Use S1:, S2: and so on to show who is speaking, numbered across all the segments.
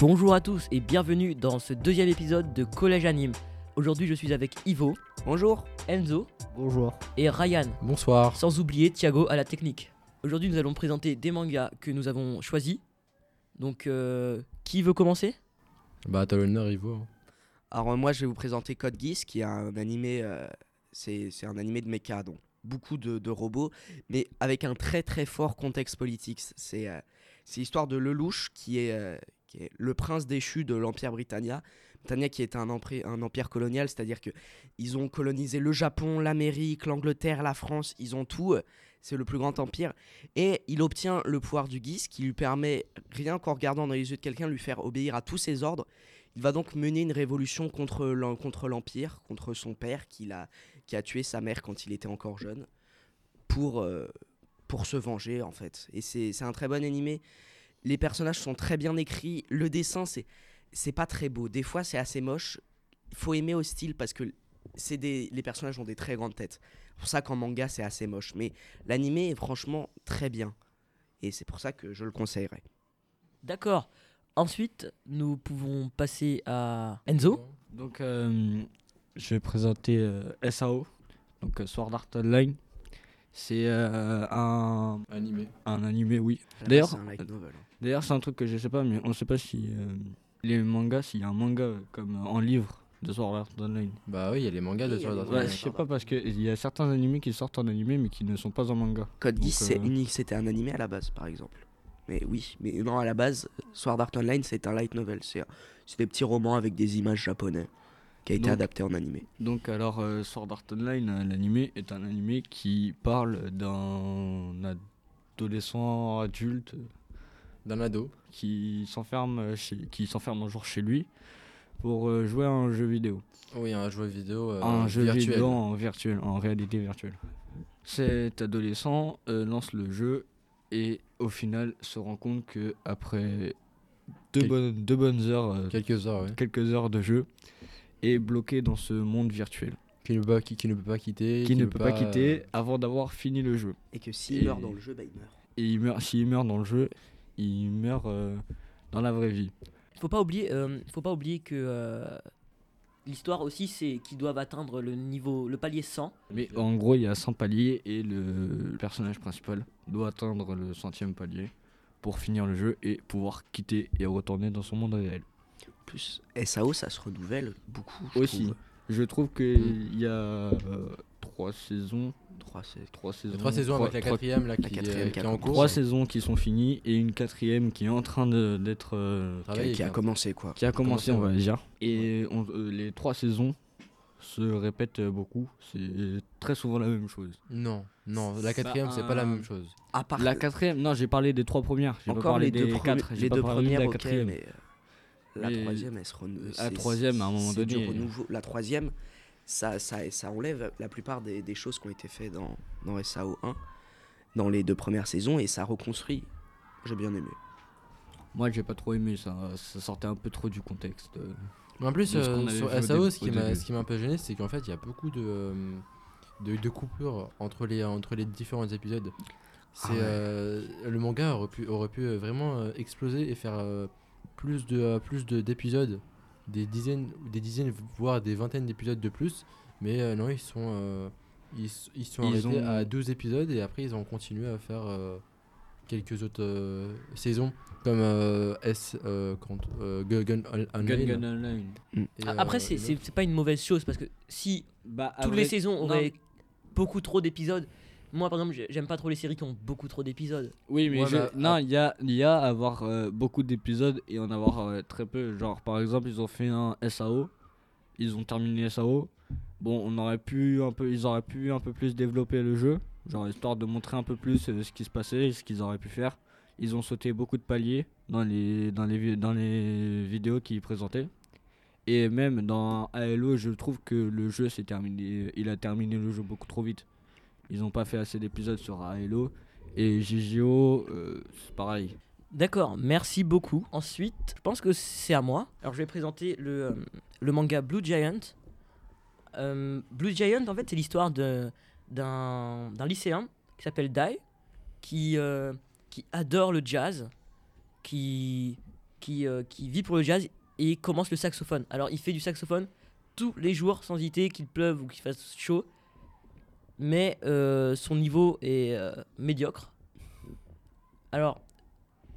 S1: Bonjour à tous et bienvenue dans ce deuxième épisode de Collège Anime. Aujourd'hui, je suis avec Ivo. Bonjour. Enzo
S2: Bonjour.
S1: et Ryan.
S3: Bonsoir.
S1: Sans oublier Thiago à la technique. Aujourd'hui, nous allons présenter des mangas que nous avons choisis. Donc, euh, qui veut commencer
S3: Bah t'as l'honneur Ivo. hein.
S2: Alors euh, moi je vais vous présenter Code Geass qui est un animé, euh, c'est c'est un animé de mecha donc beaucoup de, de robots mais avec un très très fort contexte politique. C'est euh, c'est l'histoire de Lelouch qui est, euh, qui est le prince déchu de l'Empire Britannia. Britannia qui est un, empré- un empire colonial, c'est-à-dire que ils ont colonisé le Japon, l'Amérique, l'Angleterre, la France, ils ont tout. euh, C'est le plus grand empire. Et il obtient le pouvoir du Geass qui lui permet, rien qu'en regardant dans les yeux de quelqu'un, lui faire obéir à tous ses ordres. Il va donc mener une révolution contre l'en- contre l'Empire, contre son père qui, l'a- qui a tué sa mère quand il était encore jeune, pour, euh, pour se venger en fait. Et c'est c'est un très bon animé. Les personnages sont très bien écrits. Le dessin, c'est c'est pas très beau. Des fois, c'est assez moche. Il faut aimer au style parce que c'est des, les personnages ont des très grandes têtes. C'est pour ça qu'en manga, c'est assez moche. Mais l'animé est franchement très bien. Et c'est pour ça que je le conseillerais.
S1: D'accord. Ensuite, nous pouvons passer à Enzo.
S4: Donc, euh, je vais présenter euh, SAO, donc euh, Sword Art Online. C'est euh, un,
S3: Animé.
S4: un animé, oui.
S2: Là,
S4: D'ailleurs-
S2: c'est un light novel, hein.
S4: D'ailleurs, c'est un truc que je sais pas, mais on sait pas si euh, les mangas, s'il y a un manga euh, comme euh, en livre de Sword Art Online.
S3: Bah oui, il y a les mangas de
S2: Oui, il y a
S3: Sword
S2: les
S3: Art
S2: mangas.
S4: Ouais,
S3: Online.
S4: je sais pas parce que il y a certains animés qui sortent en animé mais qui ne sont pas en manga.
S2: Code Geass,
S4: Donc,
S2: c'est
S4: euh,
S2: unique, c'était un animé à la base, par exemple. Mais oui, mais non, à la base, Sword Art Online, c'est un light novel. C'est c'est des petits romans avec des images japonais qui a été
S4: Donc-
S2: adapté en animé.
S4: Donc alors euh, Sword Art Online, euh, l'animé est un animé qui parle d'un adolescent adulte
S3: D'un ado.
S4: qui s'enferme euh, chez- qui s'enferme un jour chez lui pour euh, jouer à un jeu vidéo.
S3: Oui, un jeu vidéo euh,
S4: un jeu
S3: virtuel.
S4: vidéo en virtuel, en réalité virtuelle. Cet adolescent euh, lance le jeu et au final se rend compte que après deux,
S3: Quel-
S4: bonnes, deux bonnes heures, euh,
S3: Quelques heures, ouais.
S4: quelques heures de jeu, est bloqué dans ce monde virtuel
S3: Qui ne peut pas, qui, qui ne peut pas quitter.
S4: qu'il ne peut pas quitter
S3: euh,
S4: avant d'avoir fini le jeu.
S2: Et que s'il
S4: Et-
S2: meurt dans le jeu, bah, il meurt.
S4: Et il meurt, s'il meurt dans le jeu, il meurt euh, dans la vraie vie.
S1: Faut pas oublier, euh, faut pas oublier que euh, l'histoire aussi, c'est qu'ils doivent atteindre le niveau, le palier 100.
S4: Mais en gros, il y a 100 paliers et le personnage principal doit atteindre le centième palier pour finir le jeu et pouvoir quitter et retourner dans son monde réel.
S2: En plus, SAO, ça se renouvelle beaucoup. Je
S4: Aussi,
S2: trouve.
S4: je trouve qu'il y a euh, trois saisons,
S2: Trois, c'est-
S4: trois
S3: il y
S4: saisons,
S3: a Hmm. Trois saisons avec la
S4: trois-
S3: quatrième là, qui, est-
S2: quatrième
S3: qui
S2: qui
S3: est
S2: a
S3: en
S2: commencé.
S3: cours.
S4: trois saisons qui sont finies et une quatrième qui est en train de- d'être euh,
S3: Ah
S2: qui,
S3: ouais,
S2: qui a
S3: il-
S2: commencé, quoi.
S4: qui a commencé, on
S3: commencé,
S4: va dire. Et on- euh, les trois saisons se répètent beaucoup. C'est très souvent la même chose.
S3: Non, non, la
S4: Bah,
S3: quatrième, c'est pas la
S4: un-
S3: même chose.
S2: À part
S4: La quatrième, non, j'ai parlé des trois premières. J'ai pas
S2: encore les
S4: parlé
S2: deux,
S4: des
S2: premi-
S4: quatre. j'ai
S2: les
S4: pas
S2: deux
S4: parlé de
S2: premières,
S4: la
S2: ok,
S4: quatrième.
S2: mais euh, la
S4: Mais
S2: troisième, elle se renouvelle.
S4: la troisième, à un moment donné- hein.
S2: La troisième, ça, ça, ça enlève la plupart des, des choses qui ont été faites dans, dans SAO 1, dans les deux premières saisons, et ça reconstruit. J'ai bien aimé.
S4: Moi, j'ai pas trop aimé ça. Ça sortait un peu trop du contexte. euh.
S3: Mais en plus,
S4: De ce
S3: euh,
S4: qu'on avait
S3: sur
S4: vu au
S3: SAO,
S4: début-
S3: ce qui
S4: au
S3: m'a
S4: début.
S3: ce qui m'a un peu gêné, c'est qu'en fait, il y a beaucoup de, euh, de, de coupures entre les, entre les différents épisodes.
S4: Ah
S3: C'est
S2: ouais.
S3: euh, le manga aurait pu, aurait pu euh, vraiment euh, exploser et faire euh, plus de euh, plus de- d'épisodes, des dizaines des dizaines voire des vingtaines d'épisodes de plus, mais euh, non, ils sont euh, ils, s- ils sont
S4: Ils
S3: arrêtés
S4: ont-
S3: à 12 épisodes et après ils ont continué à faire euh, quelques autres euh, saisons comme euh, S euh, quand, euh, Gun Gun On- Online.
S4: Gun Online.
S3: Et,
S1: A- Ah, Après,
S3: euh,
S1: c'est-
S3: et
S1: c'est c'est pas une mauvaise chose parce que si
S4: Bah,
S1: toutes les saisons
S4: non.
S1: auraient beaucoup trop d'épisodes. Moi, par exemple, j'ai- j'aime pas trop les séries qui ont beaucoup trop d'épisodes.
S4: Oui, mais
S3: Ouais,
S4: je-
S3: bah,
S4: non,
S3: ap-
S4: il y a, il y a avoir euh, beaucoup d'épisodes et en avoir euh, très peu. Genre, par exemple, ils ont fait un SAO, ils ont terminé SAO. Bon, on aurait pu un peu, ils auraient pu un peu plus développer le jeu, genre histoire de montrer un peu plus euh, ce qui se passait, et ce qu'ils auraient pu faire. Ils ont sauté beaucoup de paliers dans les, dans les, vi- dans les vidéos qu'ils présentaient. Et même dans ALO, je trouve que le jeu s'est terminé, il a terminé le jeu beaucoup trop vite. Ils n'ont pas fait assez d'épisodes sur ALO. Et GGO, euh, c'est pareil.
S1: D'accord, merci beaucoup. Ensuite, je pense que c'est à moi. Alors, je vais présenter le, euh, le manga Blue Giant. Euh, Blue Giant, en fait, c'est l'histoire de- d'un d'un lycéen qui s'appelle Dai, qui, euh, qui adore le jazz, qui, qui, euh, qui vit pour le jazz et il commence le saxophone. Alors il fait du saxophone tous les jours sans hésiter, qu'il pleuve ou qu'il fasse chaud. Mais euh, son niveau est euh, médiocre. Alors,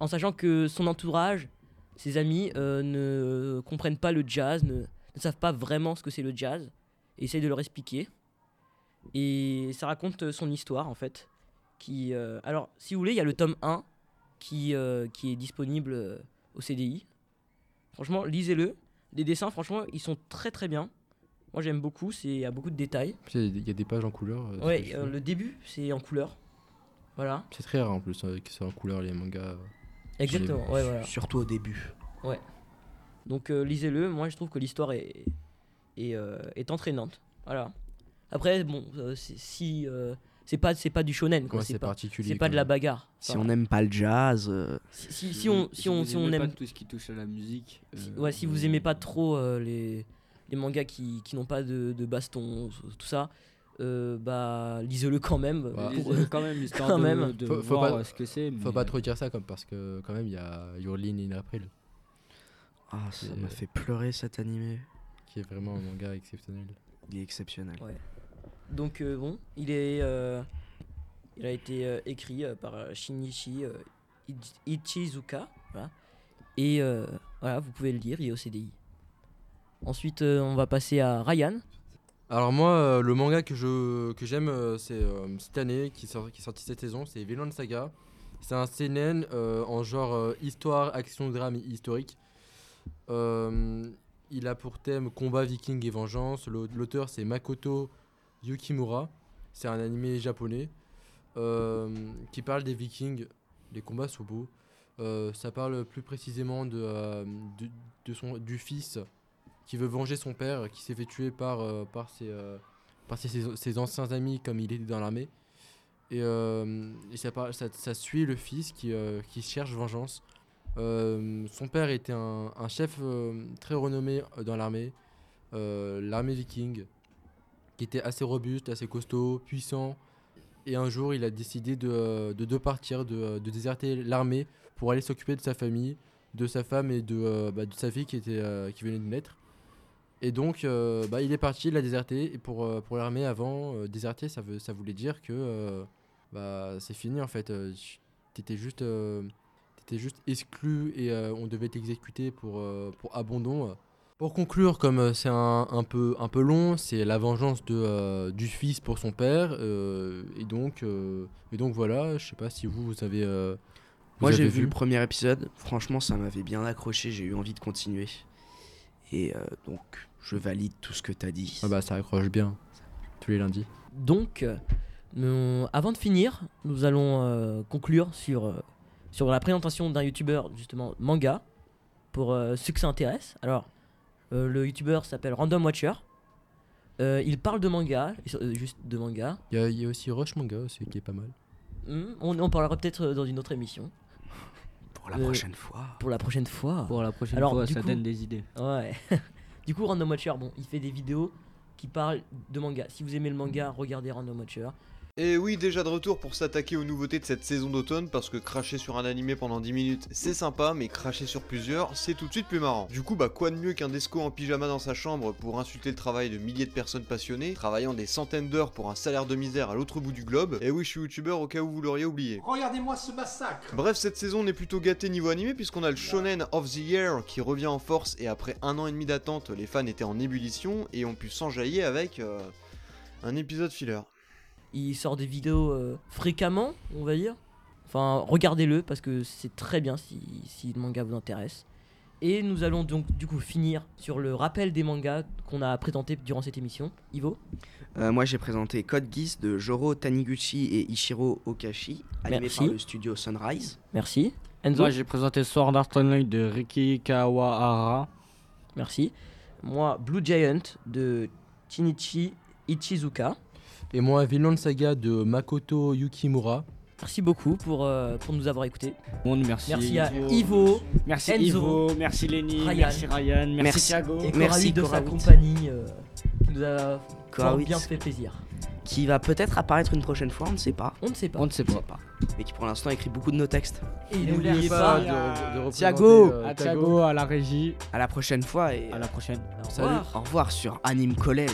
S1: en sachant que son entourage, ses amis, euh, ne comprennent pas le jazz, ne, ne savent pas vraiment ce que c'est le jazz, et essayent de leur expliquer. Et ça raconte euh, son histoire, en fait. Qui, euh, alors, si vous voulez, il y a le tome 1 qui, euh, qui est disponible euh, au CDI. Franchement, lisez-le. Les dessins, franchement, ils sont très très bien. Moi, j'aime beaucoup, c'est- il y a beaucoup de détails.
S3: Puis, Il y a des- il y a des pages en couleur. euh,
S1: Ouais,
S3: Ah, c'est-
S1: euh, le début, c'est en couleur. Voilà,
S3: C'est très rare en plus euh, que c'est en couleur les mangas. euh,
S1: exactement. Ouais, voilà.
S2: Surtout au début.
S1: Donc euh, lisez-le, moi je trouve que l'histoire est, est, euh, est entraînante. Voilà. Après, bon, euh, c'est- si. euh, c'est pas, c'est pas du shonen, quoi.
S3: Comment
S1: c'est
S3: c'est
S1: pas,
S3: particulier.
S1: c'est pas de
S3: quand
S1: la
S3: même.
S1: bagarre.
S2: Si
S1: Enfin,
S2: on n'aime pas le jazz, euh,
S1: si, si- si on, si, on, si on
S4: aimez pas
S1: aime.
S4: tout ce qui touche à la musique.
S1: si-
S4: euh,
S1: ouais, si vous aimez pas trop euh, les, les mangas qui, qui n'ont pas de, de baston, tout ça, euh, bah lisez-le quand même.
S3: Bah,
S1: pour-
S4: lisez-le euh, quand même, histoire
S1: quand
S4: de,
S1: même.
S4: de
S3: Faut- faut
S4: voir
S3: pas-
S4: euh, ce que c'est.
S3: Faut
S4: mais-
S3: pas trop dire ça comme parce que quand même il y a Your Line in April
S2: ah, ça
S3: Et-
S2: m'a fait pleurer cet animé.
S3: qui est vraiment un manga exceptionnel.
S2: Il est exceptionnel.
S1: Donc euh, bon, il est, euh, il a été euh, écrit euh, par euh, Shinichi euh, Ichi- Ichizuka, voilà. et euh, voilà, vous pouvez le lire, il est au CDI. Ensuite, euh, on va passer à Ryan.
S3: Alors moi, euh, le manga que je que j'aime, euh, c'est euh, cette année qui, sort, qui est sorti cette saison, c'est Vinland Saga. C'est un seinen euh, en genre euh, histoire, action, drame et historique. Euh, il a pour thème combat viking et vengeance. L'au- L'auteur c'est Makoto Yukimura. C'est un animé japonais euh, qui parle des vikings. Les combats sont beaux. Euh, ça parle plus précisément de, euh, du- de son, du fils qui veut venger son père qui s'est fait tuer par, euh, par, ses, euh, par ses, ses- ses anciens amis comme il était dans l'armée. Et, euh, et ça, par- ça, ça suit le fils qui, euh, qui cherche vengeance. Euh, son père était un, un chef euh, très renommé euh, dans l'armée, euh, l'armée viking, qui était assez robuste, assez costaud, puissant. Et un jour, il a décidé de, euh, de, de partir, de, euh, de déserter l'armée pour aller s'occuper de sa famille, de sa femme et de, euh, bah, de sa fille qui, était, euh, qui venait de naître. Et donc, euh, bah, il est parti, il a déserté. Et pour, euh, pour l'armée, avant, euh, déserter, ça, veut, ça voulait dire que euh, bah, c'est fini en fait. Euh, tu- T'étais juste, euh, t'étais juste exclu et euh, on devait t'exécuter pour, euh, pour abandon. Pour conclure, comme euh, c'est un, un peu, un peu long, c'est la vengeance de, euh, du fils pour son père. euh, et, donc, euh, et donc voilà, je sais pas si vous, vous avez. euh, vous
S2: Moi j'ai
S3: avez
S2: vu le premier épisode, franchement ça m'avait bien accroché, j'ai eu envie de continuer. Et euh, donc je valide tout ce que t'as dit.
S3: Ah bah, ça accroche bien, tous les lundis.
S1: Donc, euh, nous- avant de finir, nous allons euh, conclure sur, euh, sur la présentation d'un youtubeur, justement, manga, pour euh, ceux que ça intéresse. Alors, euh, le youtubeur s'appelle Random Watcher. Euh, il parle de manga, euh, juste de manga.
S3: Il y, a- il y a aussi Rush Manga aussi qui est pas mal.
S1: Hmm, on, on parlera peut-être euh, dans une autre émission.
S2: Pour la
S1: Euh,
S2: prochaine fois.
S1: Pour la prochaine fois.
S4: Pour la prochaine
S1: Alors,
S4: fois,
S1: du
S4: ça
S1: coup-
S4: donne des idées.
S1: Ouais. du coup, Random Watcher, bon, il fait des vidéos qui parlent de manga. Si vous aimez le manga, regardez Random Watcher.
S5: Et oui, déjà de retour pour s'attaquer aux nouveautés de cette saison d'automne, parce que cracher sur un animé pendant 10 minutes, c'est sympa, mais cracher sur plusieurs, c'est tout de suite plus marrant. Du coup, bah quoi de mieux qu'un desco en pyjama dans sa chambre pour insulter le travail de milliers de personnes passionnées, travaillant des centaines d'heures pour un salaire de misère à l'autre bout du globe Et oui, je suis youtubeur au cas où vous l'auriez oublié.
S6: Regardez-moi ce massacre
S5: Bref, cette saison on est plutôt gâté niveau animé puisqu'on a le Shonen of the Year qui revient en force et après un an et demi d'attente, les fans étaient en ébullition et ont pu s'enjailler avec euh, un épisode filler.
S1: Il sort des vidéos euh, fréquemment, on va dire. Enfin, regardez-le parce que c'est très bien si, si le manga vous intéresse. Et nous allons donc du coup finir sur le rappel des mangas qu'on a présenté durant cette émission. Ivo
S2: Euh, moi j'ai présenté Code Geass de Joro Taniguchi et Ichiro Okashi, animé
S1: Merci.
S2: par le studio Sunrise.
S1: Merci. Enzo
S4: Moi, j'ai présenté Sword Art Online de Riki Kawahara.
S1: Merci. Moi, Blue Giant de Shinichi Ichizuka.
S3: Et moi, Vinland Saga de Makoto Yukimura.
S1: Merci beaucoup pour, euh, pour nous avoir écoutés.
S4: Bon, merci.
S1: Merci à
S4: Ivo.
S1: Ivo.
S4: Merci
S1: Enzo.
S4: Ivo, merci Lenny,
S1: Ryan.
S4: merci Ryan, merci,
S2: Merci.
S4: Thiago.
S1: et
S2: Merci,
S1: Coralie de sa
S2: Coralie.
S1: compagnie euh, qui nous a fort
S2: Coralie.
S1: bien fait plaisir.
S2: qui va peut-être apparaître une prochaine fois, on ne sait pas,
S1: On ne sait pas.
S7: On ne sait pas.
S2: mais qui pour l'instant écrit beaucoup de nos textes.
S1: Et
S4: Et
S1: n'oubliez
S4: n'oubliez
S1: pas. Ah.
S4: pas-
S3: de- de représenter,
S2: Thiago.
S3: euh,
S4: à Thiago, à la régie,
S2: À la prochaine fois et
S4: à la prochaine.
S1: Au
S2: salut,
S1: revoir.
S2: au revoir sur Anime Collège.